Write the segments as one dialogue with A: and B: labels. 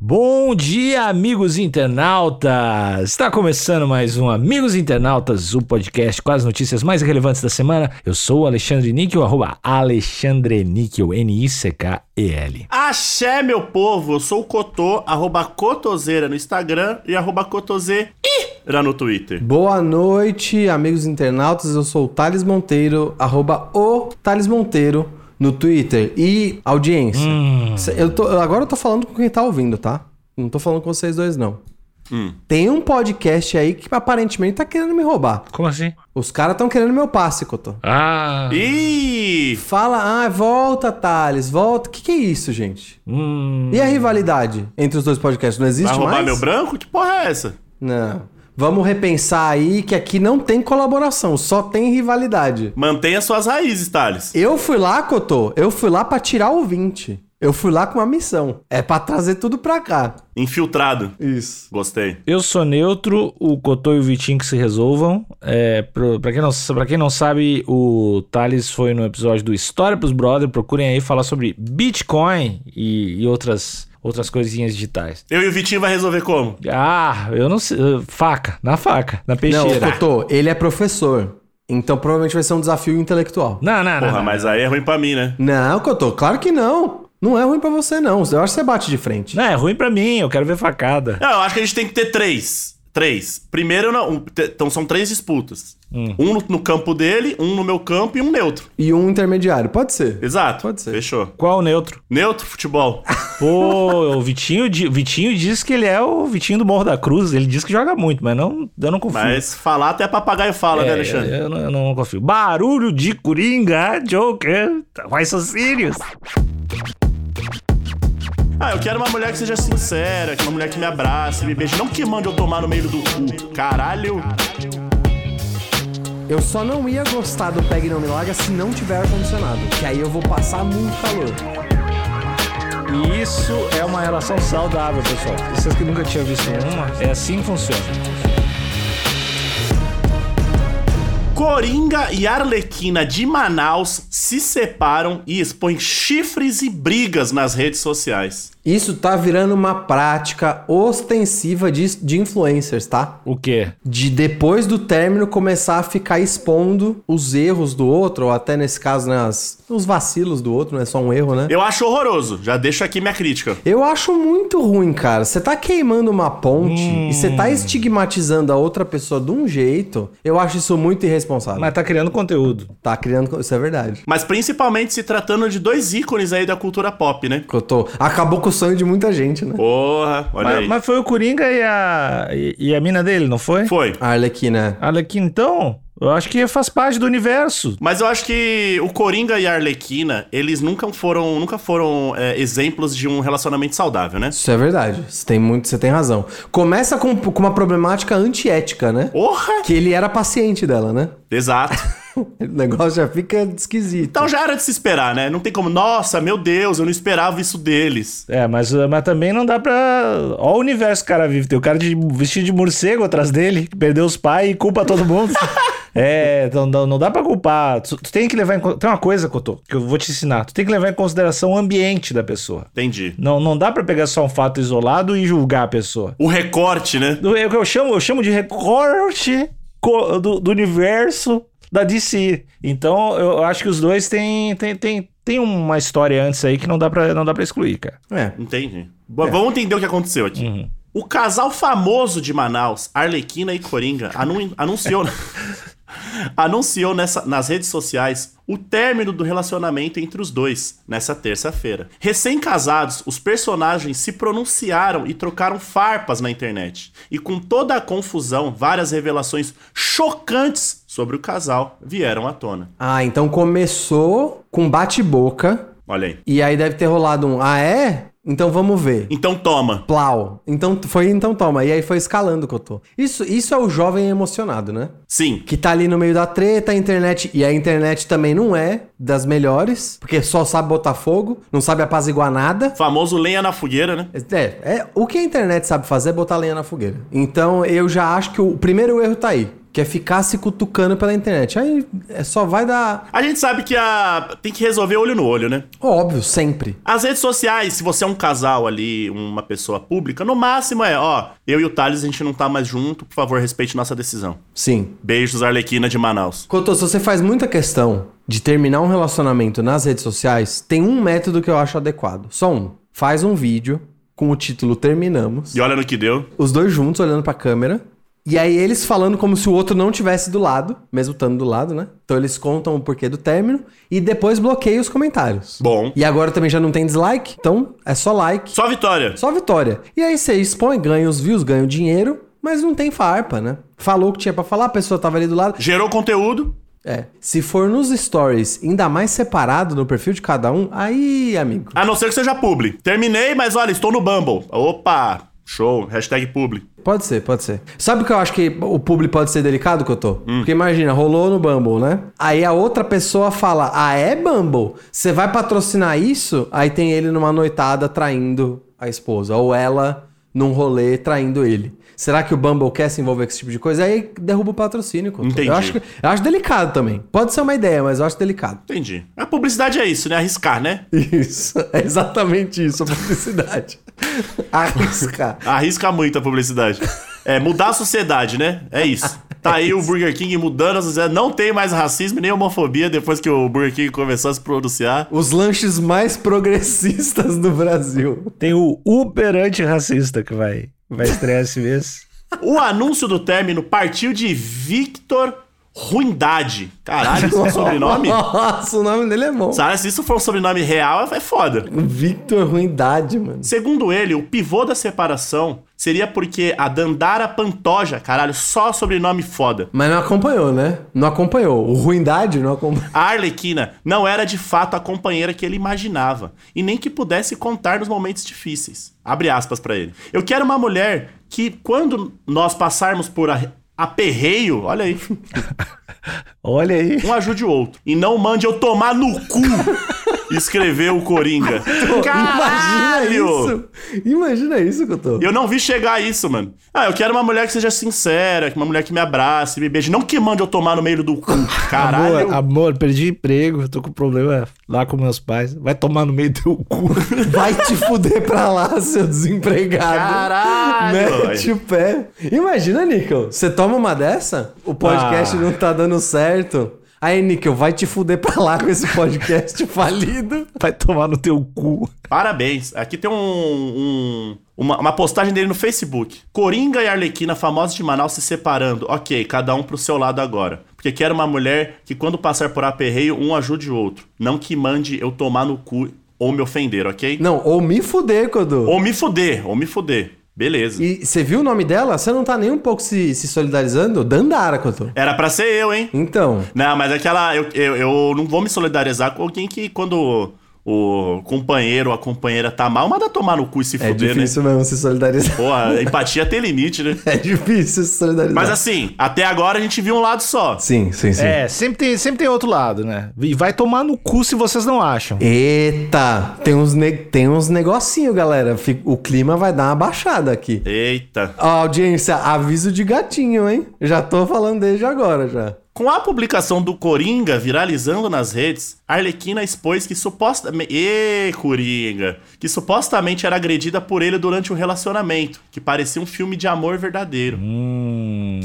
A: Bom dia, amigos internautas! Está começando mais um Amigos Internautas, o podcast com as notícias mais relevantes da semana. Eu sou o Alexandre Níquel, arroba Alexandre Níquel, N-I-C-K-E-L.
B: Axé, meu povo! Eu sou o Cotô, arroba Cotoseira no Instagram e arroba Cotoseira no Twitter.
C: Boa noite, amigos internautas. Eu sou o Thales Monteiro, arroba o Thales Monteiro no Twitter e audiência.
B: Hum.
A: Hum,
C: Cê- Eu tô, eu- agora eu tô falando com quem tá ouvindo, tá? Não tô falando com vocês dois, não. Tem um podcast aí que aparentemente tá querendo me roubar.
A: Como assim?
C: Os caras estão querendo meu passe, Cotô.
A: Ah!
B: Ih!
C: Fala, ah, volta, Thales, volta. O que, que é isso, gente?
A: Hum.
C: E a rivalidade entre os dois podcasts? Não existe
B: Vai roubar
C: mais?
B: meu branco? Que porra é essa?
C: Não. Vamos repensar aí que aqui não tem colaboração, só tem rivalidade.
B: Mantenha suas raízes, Thales.
C: Eu fui lá, Cotô, eu fui lá pra tirar o 20. Eu fui lá com uma missão. É pra trazer tudo pra cá.
B: Infiltrado.
C: Isso.
B: Gostei.
A: Eu sou neutro, o Cotô e o Vitinho que se resolvam. É, pro- pra, quem não, pra quem não sabe, o Thales foi no episódio do História pros Brother. Procurem aí falar sobre Bitcoin e, e outras, outras coisinhas digitais.
B: Eu e o Vitinho vai resolver como?
A: Ah, eu não sei. eh, Faca, na faca, na
C: Não, o
A: peixeira.
C: Cotô, ele é professor. Então provavelmente vai ser um desafio intelectual.
A: Não, não, não.
B: Porra,
A: não.
B: mas aí é ruim pra mim, né?
C: Não, Cotô, claro que não. Não é ruim pra você, não. Eu acho que você bate de frente.
A: Não, é ruim pra mim, eu quero ver facada.
B: Não, eu acho que a gente tem que ter três. Três. Primeiro, não. um- te- Então são três disputas.
A: Hum.
B: Um no, no campo dele, um no meu campo e um neutro.
C: E um intermediário, pode ser.
B: Exato.
C: Pode ser.
B: Fechou.
A: Qual o neutro?
B: Neutro, futebol.
A: Pô, o Vitinho, di- o Vitinho diz que ele é o Vitinho do Morro da Cruz. Ele diz que joga muito, mas não, eu não confio.
B: Mas falar até papagaio fala, né,
A: É,
B: Alexandre?
A: Eu, eu não, eu não confio. Barulho de Coringa, Joker, mais Sirius.
B: Ah, eu quero uma mulher que seja sincera, que uma mulher que me abrace, me beije, não que mande eu tomar no meio do cu. Caralho.
C: Eu só não ia gostar do Peg Não Me Larga se não tiver ar-condicionado. Que aí eu vou passar muito calor.
A: E isso é uma relação saudável, pessoal. Vocês que nunca tinham visto nenhuma, é assim que funciona.
B: Coringa e Arlequina de Manaus se separam e expõem chifres e brigas nas redes sociais.
C: Isso tá virando uma prática ostensiva de- de influencers, tá?
A: O quê?
C: de depois do término começar a ficar expondo os erros do outro, ou até nesse caso, né, as- os vacilos do outro, não é só um erro, né?
B: Eu acho horroroso, já deixo aqui minha crítica.
C: Eu acho muito ruim, cara. Você tá queimando uma ponte e você tá estigmatizando a outra pessoa de um jeito. Eu acho isso muito irresponsável.
A: Mas tá criando conteúdo.
C: Tá criando. co- Isso é verdade.
B: Mas principalmente se tratando de dois ícones aí da cultura pop, né?
C: Que eu tô- Acabou com o sonho de muita gente, né?
B: Porra, olha
A: Mas,
B: aí.
A: mas foi o Coringa e a, e, e a mina dele, não foi?
B: Foi.
C: A Arlequina. né?
A: Arlequim, então, eu acho que faz parte do universo.
B: Mas eu acho que o Coringa e a Arlequina, eles nunca foram, nunca foram é, exemplos de um relacionamento saudável, né?
C: Isso é verdade. Você tem, muito... você tem razão. Começa com, com uma problemática antiética, né?
B: Porra!
C: Que ele era paciente dela, né?
B: Exato.
C: O negócio já fica esquisito.
B: Então já era de se esperar, né? Não tem como, nossa, meu Deus, eu não esperava isso deles.
A: É, mas, mas também não dá pra. Ó, o universo que o cara vive. Tem o cara de, vestido de morcego atrás dele, que perdeu os pais e culpa todo mundo. é, então não, não dá pra culpar. Tu, tu tem que levar em con- Tem uma coisa, Cotô, que eu vou te ensinar. Tu tem que levar em consideração o ambiente da pessoa.
B: Entendi.
A: Não, não dá pra pegar só um fato isolado e julgar a pessoa.
B: O recorte, né?
A: Do- é o que eu chamo, eu chamo de recorte co- do, do universo da DC. Então, eu acho que os dois têm, têm, têm, têm uma história antes aí que não dá pra, não dá pra excluir, cara.
C: É.
B: Entendi. Bo- Vamos entender o que aconteceu aqui. O casal famoso de Manaus, Arlequina e Coringa, anu- anunciou. anunciou nessa, nas redes sociais o término do relacionamento entre os dois nessa terça-feira. Recém-casados, os personagens se pronunciaram e trocaram farpas na internet. E com toda a confusão, várias revelações chocantes sobre o casal vieram à tona.
C: Ah, então começou com bate-boca.
B: Olha aí.
C: E aí deve ter rolado um. Ah, é? Então vamos ver.
B: Então toma.
C: Plau. Então foi então toma. E aí foi escalando que eu tô. Isso, isso é o jovem emocionado, né?
B: Sim.
C: Que tá ali no meio da treta, a internet. E a internet também não é das melhores, porque só sabe botar fogo, não sabe apaziguar nada.
B: Famoso lenha na fogueira, né?
C: É, é, o que a internet sabe fazer é botar lenha na fogueira. Então eu já acho que o primeiro erro tá aí. que é ficar se cutucando pela internet. Aí é, só vai dar.
B: A gente sabe que a tem que resolver olho no olho, né?
C: Óbvio, sempre.
B: As redes sociais, se você é um casal ali, uma pessoa pública, no máximo é, ó, eu e o Thales a gente não tá mais junto, por favor, respeite nossa decisão.
C: Sim.
B: Beijos, Arlequina de Manaus.
C: Cotô, se você faz muita questão de terminar um relacionamento nas redes sociais, tem um método que eu acho adequado. Só um. Faz um vídeo com o título Terminamos.
B: E olha no que deu.
C: Os dois juntos olhando pra câmera. E aí eles falando como se o outro não tivesse do lado, mesmo estando do lado, né? Então eles contam o porquê do término e depois bloqueia os comentários.
B: Bom.
C: E agora também já não tem dislike, então é só like,
B: Só vitória.
C: só vitória. E aí você expõe, ganha os views, ganha o dinheiro, mas não tem farpa, né? Falou o que tinha pra falar, a pessoa tava ali do lado.
B: Gerou conteúdo.
C: É, se for nos stories, ainda mais separado no perfil de cada um, aí, amigo.
B: A não ser que seja publi. Terminei, mas olha, estou no Bumble. Opa! Show, hashtag publi.
C: Pode ser, pode ser. Sabe o que eu acho que o público pode ser delicado, que eu tô? Porque imagina, rolou no Bumble, né? Aí a outra pessoa fala: Ah, é Bumble? Você vai patrocinar isso? Aí tem ele numa noitada traindo a esposa, ou ela num rolê traindo ele. Será que o Bumble quer se envolver com esse tipo de coisa? Aí derruba o patrocínio. Cotô.
B: Entendi.
C: Eu acho, que- eu acho delicado também. Pode ser uma ideia, mas eu acho delicado.
B: Entendi. A publicidade é isso, né? Arriscar, né?
C: Isso, é exatamente isso, a publicidade. Arriscar.
B: Arrisca muito a publicidade. É mudar a sociedade, né? É isso. Tá aí o Burger King mudando a sociedade. Não tem mais racismo e nem homofobia depois que o Burger King começou a se pronunciar.
C: Os lanches mais progressistas do Brasil.
A: Tem o Uber antirracista que vai, vai estrear esse mês.
B: O anúncio do término partiu de Victor Ruindade. Caralho, esse é um sobrenome?
C: Nossa, o nome dele é bom.
B: Sabe, se isso for um sobrenome real, é foda.
C: Victor Ruindade, mano.
B: Segundo ele, o pivô da separação seria porque a Dandara Pantoja, caralho, só sobrenome foda.
C: Mas não acompanhou, né? Não acompanhou. O Ruindade não acompanhou.
B: A Arlequina não era de fato a companheira que ele imaginava e nem que pudesse contar nos momentos difíceis. Abre aspas pra ele. Eu quero uma mulher que, quando nós passarmos por a- aperreio, olha aí,
A: Olha aí.
B: um ajude o outro e não mande eu tomar no cu. Escreveu o Coringa.
C: Imagina isso. Imagina isso que eu tô.
B: Eu não vi chegar isso, mano. Ah, eu quero uma mulher que seja sincera, uma mulher que me abrace, me beije. Não que mande eu tomar no meio do cu. Caralho.
A: Amor, amor, perdi emprego, tô com problema lá com meus pais. Vai tomar no meio do teu cu.
C: Vai te fuder pra lá, seu desempregado.
B: Caralho.
C: Mete o pé. Imagina, Nickel. Você toma uma dessa? O podcast
A: Ah.
C: não tá dando certo. Aí, Nickel, vai te fuder pra lá com esse podcast falido.
A: Vai tomar no teu cu.
B: Parabéns. Aqui tem um, um- uma, uma postagem dele no Facebook. Coringa e Arlequina, famosos de Manaus, se separando. Ok, cada um pro seu lado agora. Porque quero uma mulher que, quando passar por aperreio, um ajude o outro. Não que mande eu tomar no cu ou me ofender, ok?
C: Não, ou me fuder, Codô.
B: Ou me fuder, ou me fuder. Beleza.
C: E você viu o nome dela? Você não tá nem um pouco se, se solidarizando? Dandara, Cotô.
B: Era pra ser eu, hein?
C: Então,
B: Não, mas aquela. Eu, eu, eu não vou me solidarizar com alguém que, quando o, o companheiro ou a companheira tá mal, manda tomar no cu e se
C: é
B: fuder, né?
C: difícil mesmo se solidarizar.
B: Porra, a empatia tem limite, né?
C: É difícil se solidarizar.
B: Mas assim, até agora a gente viu um lado só.
C: Sim, sim, sim.
A: É, sempre tem, sempre tem outro lado, né? E vai tomar no cu se vocês não acham.
C: Eita, tem uns, ne- tem uns negocinho, galera. Fi- O clima vai dar uma baixada aqui.
B: Eita.
C: Ó, audiência, aviso de gatinho, hein? Já tô falando desde agora, já.
B: Com a publicação do Coringa viralizando nas redes, a Arlequina expôs que supostamente. Ê, Coringa! Que supostamente era agredida por ele durante um relacionamento, que parecia um filme de amor verdadeiro.
C: Que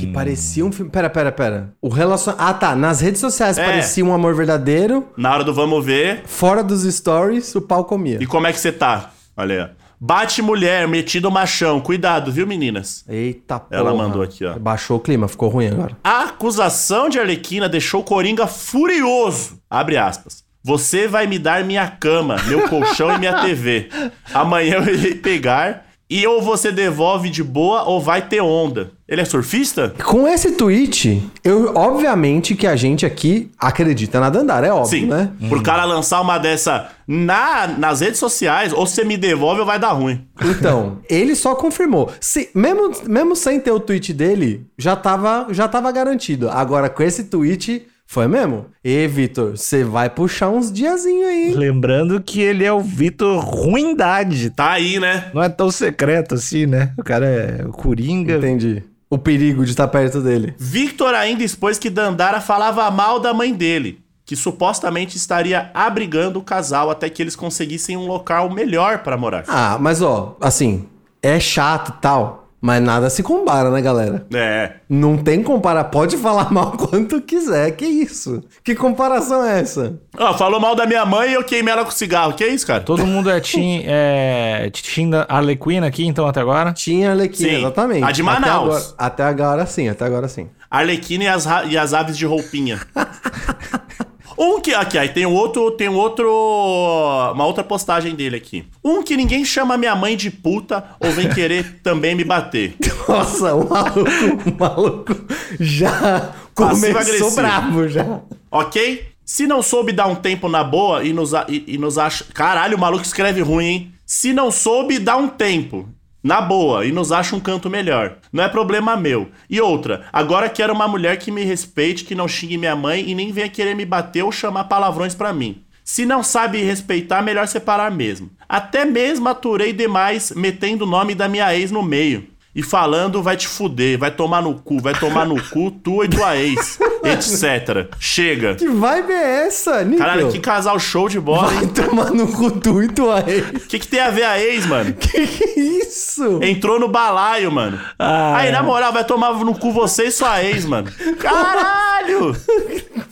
B: Hum.
C: parecia um filme... Pera, pera, pera. O relacion... Ah, tá. Nas redes sociais
B: É.
C: parecia um amor verdadeiro.
B: Na hora do vamos ver,
C: Fora dos stories, o pau comia.
B: E como é que você tá? Olha aí, ó. Bate mulher, metido machão. Cuidado, viu, meninas?
C: Eita porra.
B: Ela mandou aqui, ó.
C: Baixou o clima, ficou ruim agora.
B: A acusação de Arlequina deixou o Coringa furioso. Abre aspas. Você vai me dar minha cama, meu colchão e minha TV. Amanhã eu irei pegar e ou você devolve de boa ou vai ter onda. Ele é surfista?
C: Com esse tweet, eu obviamente que a gente aqui acredita na Dandara, é óbvio,
B: Sim.
C: né?
B: Pro cara lançar uma dessa na, nas redes sociais, ou você me devolve ou vai dar ruim.
C: Então, ele só confirmou. Se- mesmo, mesmo sem ter o tweet dele, já tava, já tava garantido. Agora, com esse tweet, foi mesmo? E, Vitor, você vai puxar uns diazinhos aí. hein?
A: Lembrando que ele é o Vitor Ruindade.
B: Tá aí, né?
A: Não é tão secreto assim, né? O cara é o Coringa.
C: Entendi. o perigo de estar perto dele.
B: Victor ainda expôs que Dandara falava mal da mãe dele, que supostamente estaria abrigando o casal até que eles conseguissem um local melhor pra morar.
C: Ah, mas ó, assim, é chato e tal, mas nada se compara, né, galera?
B: É.
C: Não tem comparar, pode falar mal quanto quiser, que isso? Que comparação é essa?
B: Ah, falou mal da minha mãe e eu queimei ela com cigarro. Que isso, cara?
A: Todo mundo é Tim é, Tim da Arlequina aqui, então, até agora?
C: Tinha Arlequina,
B: Sim,
C: exatamente.
B: a de Manaus.
C: Até agora, até agora sim, até agora sim.
B: Arlequina e as, ra- e as aves de roupinha. Um que. Aqui, aí tem um outro. Tem um outro. Uma outra postagem dele aqui. Um que ninguém chama minha mãe de puta ou vem querer também me bater.
C: Nossa, o maluco, o maluco já começou
B: agressivo.
C: bravo já.
B: Ok? Se não soube dar um tempo na boa e nos, a- e, e nos acha. Caralho, o maluco escreve ruim, hein? Se não soube dar um tempo. Na boa, e nos acha um canto melhor. Não é problema meu. E outra, agora quero uma mulher que me respeite, que não xingue minha mãe e nem venha querer me bater ou chamar palavrões pra mim. Se não sabe respeitar, melhor separar mesmo. Até mesmo aturei demais metendo o nome da minha ex no meio. E falando, vai te fuder, vai tomar no cu, vai tomar no cu, tu e tua ex, etc. Chega.
C: Que vibe é essa, Nico?
B: Caralho, que casal show de bola, hein?
C: Vai tomar no cutu e tua ex.
B: O que, que tem a ver a ex, mano?
C: Que isso?
B: Entrou no balaio, mano.
A: Ah,
B: Aí,
A: é.
B: na moral, vai tomar no cu você e sua ex, mano. Caralho!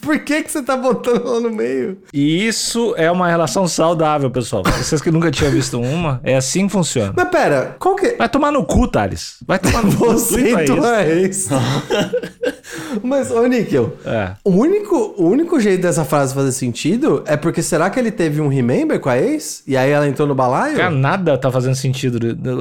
C: Por que, que você tá botando ela no meio?
A: E isso é uma relação saudável, pessoal. Vocês que nunca tinham visto uma, é assim que funciona.
C: Mas pera, qual que é?
A: Vai tomar no cu, Thales. Vai tomar no cu.
C: Você então
A: tu
C: e
A: é isso.
C: tua ex. Mas, ô Níquel,
A: É.
C: o, único, o único jeito dessa frase fazer sentido é porque será que ele teve um remember com a ex? E aí ela entrou no balaio?
A: Cara, nada tá fazendo sentido.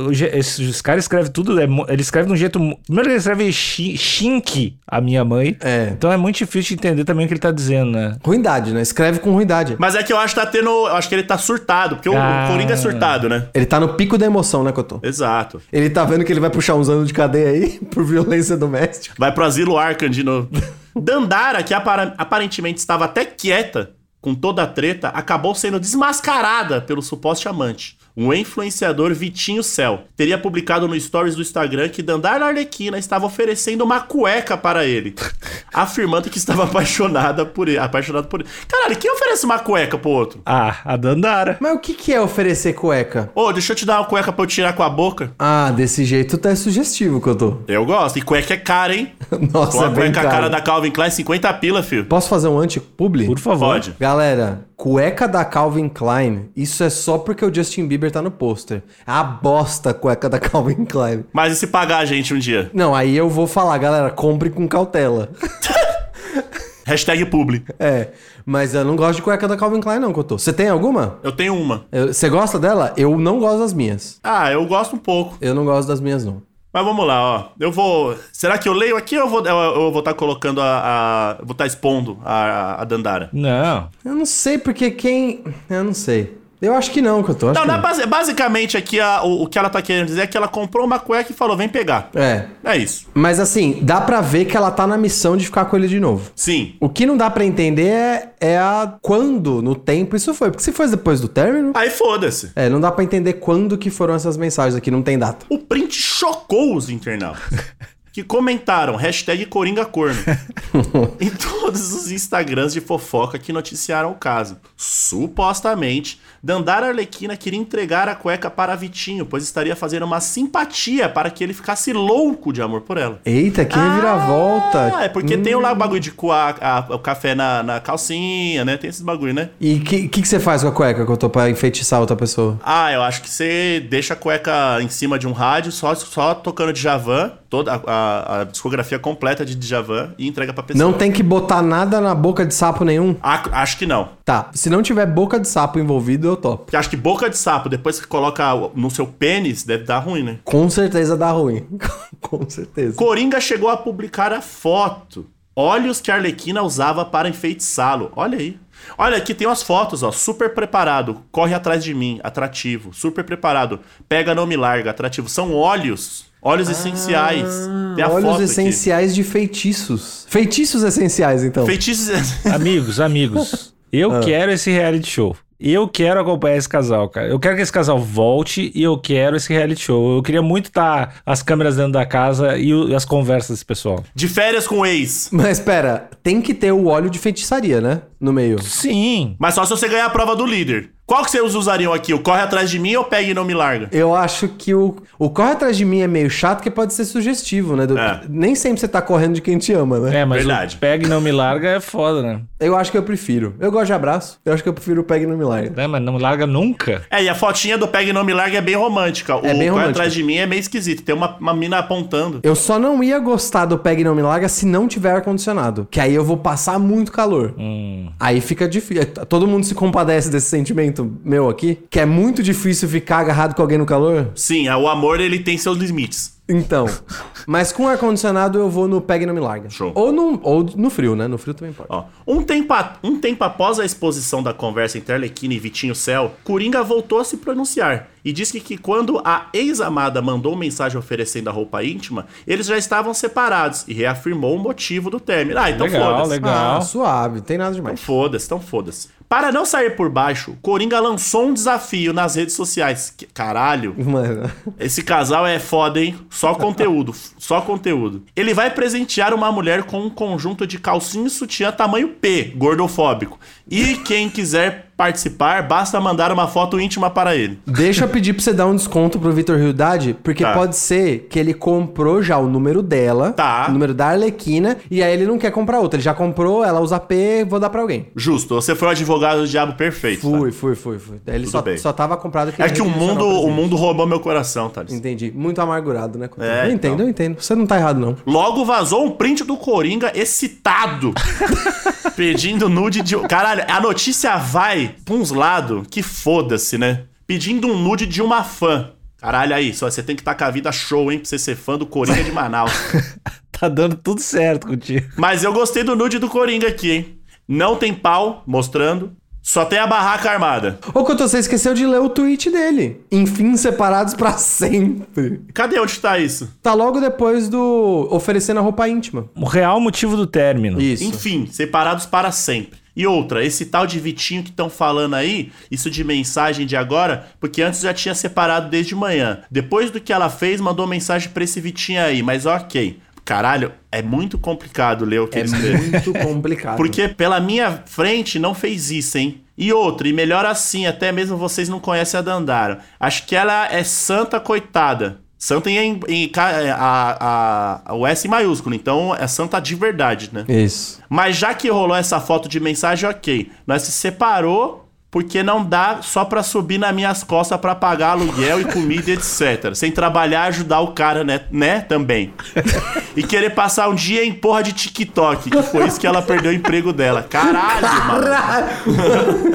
A: O je- Esse, esse cara escreve tudo, é mo- ele escreve de um jeito. mu- Primeiro, ele escreve chi- chink, a minha mãe.
C: É.
A: Então é muito difícil de entender também o que ele tá dizendo, né?
C: Ruindade, né? Escreve com ruindade.
B: Mas é que eu acho que tá tendo. Eu acho que ele tá surtado, porque o-
A: Ah.
B: o Coringa é surtado, né?
C: Ele tá no pico da emoção, né, Cotô?
B: Exato.
C: Ele tá vendo que ele vai puxar uns anos de cadeia aí por violência doméstica.
B: Vai pro asilo Arkham de novo. Dandara, que apara- aparentemente estava até quieta com toda a treta, acabou sendo desmascarada pelo suposto amante. O influenciador Vitinho Cell teria publicado no Stories do Instagram que Dandara Arlequina estava oferecendo uma cueca para ele, afirmando que estava apaixonada por ele. Apaixonado por ele. Caralho, quem oferece uma cueca pro outro?
A: Ah, a Dandara.
C: Mas o que, que é oferecer cueca?
B: Ô, deixa eu te dar uma cueca pra eu tirar com a boca.
C: Ah, desse jeito tá sugestivo, Cotô.
B: Eu gosto. E cueca é cara, hein?
C: Nossa, é
B: Uma
C: bem
B: cueca
C: caro.
B: cara da Calvin Klein, 50 pila, filho.
C: Posso fazer um anti-publi?
A: Por favor.
B: Pode.
C: Galera, cueca da Calvin Klein, isso é só porque o Justin Bieber tá no pôster. É a bosta a cueca da Calvin Klein.
B: Mas e se pagar a gente um dia?
C: Não, aí eu vou falar, galera, compre com cautela.
B: Hashtag publi.
C: É, mas eu não gosto de cueca da Calvin Klein não, Cotô. Você tem alguma?
B: Eu tenho uma.
C: Eu- Você gosta dela? Eu não gosto das minhas.
B: Ah, eu gosto um pouco.
C: Eu não gosto das minhas, não.
B: Mas vamos lá, ó. Eu vou. Será que eu leio aqui ou eu vou eu, eu vou estar colocando a, a- Vou estar expondo a, a Dandara?
A: Não.
C: Eu não sei porque quem... Eu não sei. Eu acho que não, Cotô. Acho
B: Não,
C: que
B: na
C: não.
B: base- basicamente aqui a- o, o que ela tá querendo dizer é que ela comprou uma cueca e falou: vem pegar.
C: É,
B: É isso.
C: mas assim, dá pra ver que ela tá na missão de ficar com ele de novo.
B: Sim.
C: O que não dá pra entender é, é a quando no tempo isso foi. Porque se foi depois do término.
B: Aí foda-se.
C: É, não dá pra entender quando que foram essas mensagens aqui, não tem data.
B: O print chocou os internautas. Que comentaram hashtag Coringa Corno em todos os Instagrams de fofoca que noticiaram o caso. Supostamente, Dandara Arlequina queria entregar a cueca para Vitinho, pois estaria fazendo uma simpatia para que ele ficasse louco de amor por ela.
C: Eita, que reviravolta!
B: Ah, é porque tem o lá o bagulho de coar a- o café na, na calcinha, né? Tem esses bagulho, né?
C: E o que, que, que você faz com a cueca que eu tô pra enfeitiçar outra pessoa?
B: Ah, eu acho que você deixa a cueca em cima de um rádio, só, só tocando Djavan, toda a, a- a discografia completa de Djavan e entrega pra pessoa.
C: Não tem que botar nada na boca de sapo nenhum?
B: A- acho que não.
C: Tá, se não tiver boca de sapo envolvido, eu topo.
B: Porque acho que boca de sapo, depois que coloca no seu pênis, deve dar ruim, né?
C: Com certeza dá ruim. com certeza.
B: Coringa chegou a publicar a foto. Olhos que a Arlequina usava para enfeitiçá-lo. Olha aí. Olha, aqui tem umas fotos, ó. Super preparado. Corre atrás de mim. Atrativo. Super preparado. Pega, não me larga. Atrativo. São olhos. Olhos essenciais. Tem a
C: Ah, Olhos
B: foto
C: essenciais de feitiços. Feitiços essenciais, então.
B: aqui. Feitiços...
A: Ah. Amigos, amigos. Eu quero esse reality show. Eu quero acompanhar esse casal, cara. Eu quero que esse casal volte e eu quero esse reality show. Eu queria muito estar as câmeras dentro da casa e o- as conversas desse pessoal.
B: De férias com o ex.
C: Mas pera, tem que ter o óleo de feitiçaria, né? No meio.
A: Sim.
B: Mas só se você ganhar a prova do líder. Qual que vocês usariam aqui? O corre atrás de mim ou pega e não me larga?
C: Eu acho que o, o corre atrás de mim é meio chato, que pode ser sugestivo, né? Do-
B: É.
C: Nem sempre você tá correndo de quem te ama, né?
A: É, mas
B: Verdade.
A: o pega e não me larga é foda, né?
C: Eu acho que eu prefiro. Eu gosto de abraço. Eu acho que eu prefiro o Peg no Milagre.
A: É, mas não me larga nunca.
B: É, e a fotinha do pega e não me larga é bem romântica. o
C: bem
B: corre
C: romântica.
B: atrás de mim é meio esquisito. Tem uma, uma mina apontando.
C: Eu só não ia gostar do Peg Não Me Larga se não tiver ar-condicionado. Que aí eu vou passar muito calor.
A: Hum.
C: Aí fica difícil. Todo mundo se compadece desse sentimento meu aqui. Que é muito difícil ficar agarrado com alguém no calor.
B: Sim, é, o amor ele tem seus limites.
C: Então. mas com ar-condicionado eu vou no Peg Não Me Larga.
B: Show.
C: Ou no, ou no frio, né? No frio também pode.
B: Ó, um, tempo a- um tempo após a exposição da conversa entre Arlequina e Vitinho Cell, Coringa voltou a se pronunciar e disse que quando a ex-amada mandou mensagem oferecendo a roupa íntima, eles já estavam separados e reafirmou o motivo do término. Ah, então
A: legal,
B: foda-se.
A: legal.
C: Ah, suave. Tem nada
B: Então
C: demais.
B: foda-se, então foda-se. Para não sair por baixo, Coringa lançou um desafio nas redes sociais. Que- Caralho.
C: Mano.
B: Esse casal é foda, hein? Só conteúdo, f- só conteúdo. Ele vai presentear uma mulher com um conjunto de calcinha e sutiã tamanho P, gordofóbico. E quem quiser participar, basta mandar uma foto íntima para ele.
C: Deixa eu pedir pra você dar um desconto pro Vitor Hildade, porque
B: Tá.
C: pode ser que ele comprou já o número dela,
B: Tá.
C: o número da Arlequina, e aí ele não quer comprar outra. Ele já comprou, ela usa P, vou dar pra alguém.
B: Justo, você foi o advogado do diabo perfeito. tá?
C: Fui, fui, fui, fui. Daí Ele
B: Tudo
C: só,
B: bem.
C: só tava comprado aqui
B: É
C: na
B: que o
C: rede
B: mundo,
C: nacional,
B: o
C: por exemplo.
B: mundo roubou meu coração, Thales.
C: Entendi. Muito amargurado, né?
B: É,
C: eu entendo,
B: então.
C: eu entendo. Você não tá errado, não.
B: Logo vazou um print do Coringa excitado, pedindo nude de. Caralho, a notícia vai pra uns lados, que foda-se, né? Pedindo um nude de uma fã. Caralho, aí, só você tem que estar com a vida show, hein, pra você ser fã do Coringa de Manaus.
A: Tá dando tudo certo contigo.
B: Mas eu gostei do nude do Coringa aqui, hein? Não tem pau, mostrando. Só tem a barraca armada.
C: Ô, Couto, você esqueceu de ler o tweet dele. Enfim, separados pra sempre.
B: Cadê onde tá isso?
C: Tá logo depois do oferecendo a roupa íntima.
A: O real motivo do término.
C: Isso.
B: Enfim, separados para sempre. E outra, esse tal de Vitinho que estão falando aí, isso de mensagem de agora, porque antes já tinha separado desde manhã. Depois do que ela fez, mandou mensagem pra esse Vitinho aí, mas ok. Caralho, é muito complicado ler o que
C: É
B: ele escreveu.
C: muito complicado.
B: Porque pela minha frente não fez isso, hein? E outra, e melhor assim, até mesmo vocês não conhecem a Dandara. Acho que ela é santa coitada. Santa em, em ca- é, a, a, a, o S maiúsculo, então é santa de verdade, né?
C: Isso.
B: Mas já que rolou essa foto de mensagem, ok. Nós se separou porque não dá só pra subir nas minhas costas pra pagar aluguel e comida, etc. Sem trabalhar, ajudar o cara, né? Né? Também. E querer passar um dia em porra de TikTok, que foi isso que ela perdeu o emprego dela. Caralho, mano.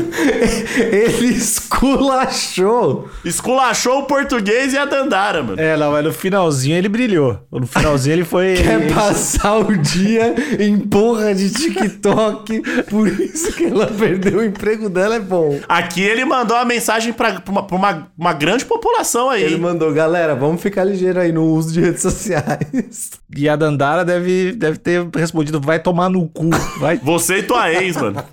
C: Ele esculachou.
B: Esculachou o português e a Dandara, mano.
A: É, não, mas no finalzinho ele brilhou. No finalzinho ele foi.
C: Quer passar o dia em porra de TikTok, por isso que ela perdeu o emprego dela, é bom.
B: Aqui ele mandou uma mensagem pra, pra uma, pra uma- uma grande população aí.
C: Ele mandou, galera, vamos ficar ligeiro aí no uso de redes sociais.
A: E a Dandara deve, deve ter respondido: vai tomar no cu. Vai
B: Você e tua ex, mano.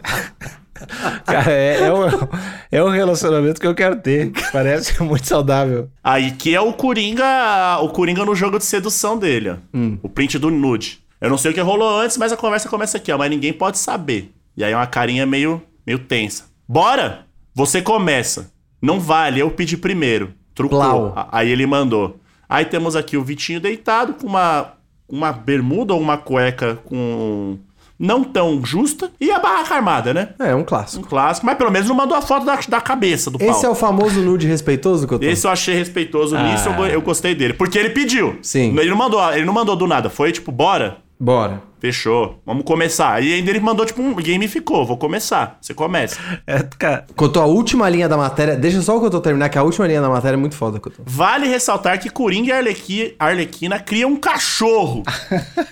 A: Cara, é, é, um, é um relacionamento que eu quero ter. Parece muito saudável.
B: Aí que é o Coringa, o Coringa no jogo de sedução dele, ó. O print do nude. Eu não sei o que rolou antes, mas a conversa começa aqui, ó, mas ninguém pode saber. E aí é uma carinha meio meio tensa. Bora? Você começa. Não vale, eu pedi primeiro. Trucou.
C: Plau.
B: A- Aí ele mandou. Aí temos aqui o Vitinho deitado com uma uma bermuda ou uma cueca com não tão justa e a barraca armada, né?
C: É, um
B: Um
C: clássico.
B: clássico, mas pelo menos não mandou a foto da, da cabeça do pau.
C: Esse é o famoso nude respeitoso que eu tô.
B: Esse eu achei respeitoso nisso, eu, go- eu gostei dele. Porque ele pediu.
C: Sim.
B: Ele não mandou, ele não mandou do nada. Foi tipo, bora.
C: Bora.
B: Fechou. Vamos começar. E ainda ele mandou, tipo, um gamificou. Vou começar. Você começa.
A: É, cara,
C: Cotô, a última linha da matéria. Deixa só o que eu tô terminar, que a última linha da matéria é muito foda, Cotô.
B: Vale ressaltar que Coringa e Arlequi, Arlequina criam um cachorro.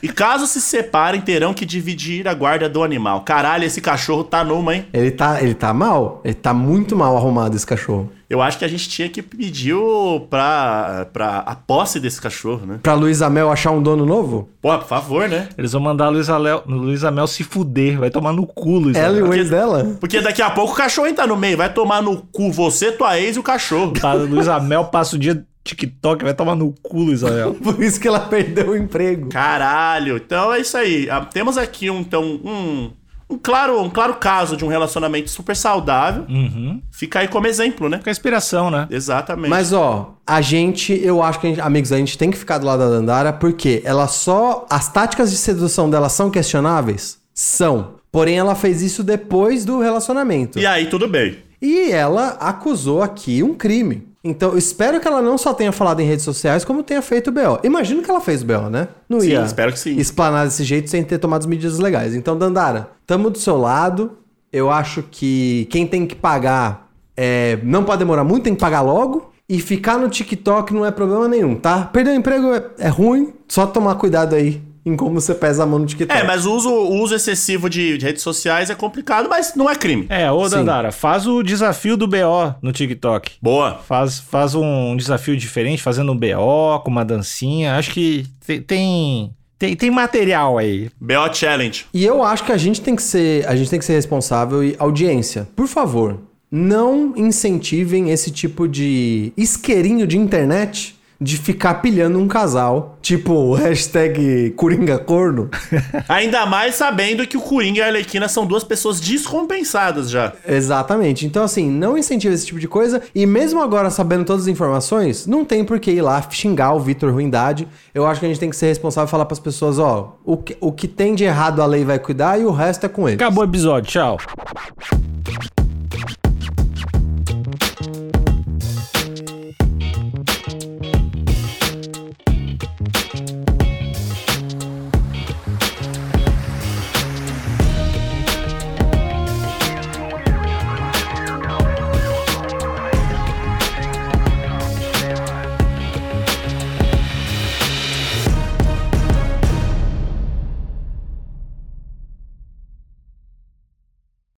B: e caso se separem, terão que dividir a guarda do animal. Caralho, esse cachorro tá numa, hein?
C: Ele tá, ele tá mal. Ele tá muito mal arrumado, esse cachorro.
B: Eu acho que a gente tinha que pedir o- pra, pra a posse desse cachorro, né?
C: Pra Luísa Mel achar um dono novo?
B: Porra, por favor, né?
A: Eles vão mandar a Luísa, Léo- Luísa Mel se fuder, vai tomar no cu, Luísa
C: Ela e
A: Mel.
C: o ex dela?
B: Porque daqui a pouco o cachorro entra no meio, vai tomar no cu você, tua ex e o cachorro.
A: A Tá, Luísa Mel passa o dia TikTok, vai tomar no cu, Luísa Mel.
C: Por isso que ela perdeu o emprego.
B: Caralho, então é isso aí. Ah, Temos aqui um, então, um, um, claro, um claro caso de um relacionamento super saudável.
A: Uhum.
B: Fica aí como exemplo, né?
A: Fica a inspiração, né?
B: Exatamente.
C: Mas ó, a gente, eu acho que, a gente- amigos, a gente tem que ficar do lado da Dandara, porque ela só. As táticas de sedução dela são questionáveis? São. Porém, ela fez isso depois do relacionamento.
B: E aí, tudo bem.
C: E ela acusou aqui um crime. Então, eu espero que ela não só tenha falado em redes sociais, como tenha feito o BO. Imagino que ela fez o BO, né? Não
B: Sim,
C: ia
B: espero que sim.
C: explanar desse jeito sem ter tomado as medidas legais. Então, Dandara, tamo do seu lado. Eu acho que quem tem que pagar é, não pode demorar muito, tem que pagar logo. E ficar no TikTok não é problema nenhum, tá? Perder o emprego é, é ruim, só tomar cuidado aí em como você pesa a mão no TikTok.
A: Tá.
B: É, mas o uso, o uso excessivo de, de redes sociais é complicado, mas não é crime.
A: É, ô
C: Sim.
A: Dandara, faz o desafio do BO no TikTok.
B: Boa.
A: Faz, faz um desafio diferente, fazendo um BO, com uma dancinha. Acho que te- tem, tem, tem material aí.
B: BO Challenge.
C: E eu acho que a gente tem que ser, a gente tem que ser responsável e audiência. Por favor, não incentivem esse tipo de isqueirinho de internet de ficar pilhando um casal, tipo hashtag Coringa Corno.
B: Ainda mais sabendo que o Coringa e a Arlequina são duas pessoas descompensadas já.
C: Exatamente. Então, assim, não incentive esse tipo de coisa. E mesmo agora sabendo todas as informações, não tem por que ir lá xingar o Vitor Ruindade. Eu acho que a gente tem que ser responsável e falar pras pessoas: ó, o que, o que tem de errado a lei vai cuidar e o resto é com ele.
A: Acabou o episódio, tchau.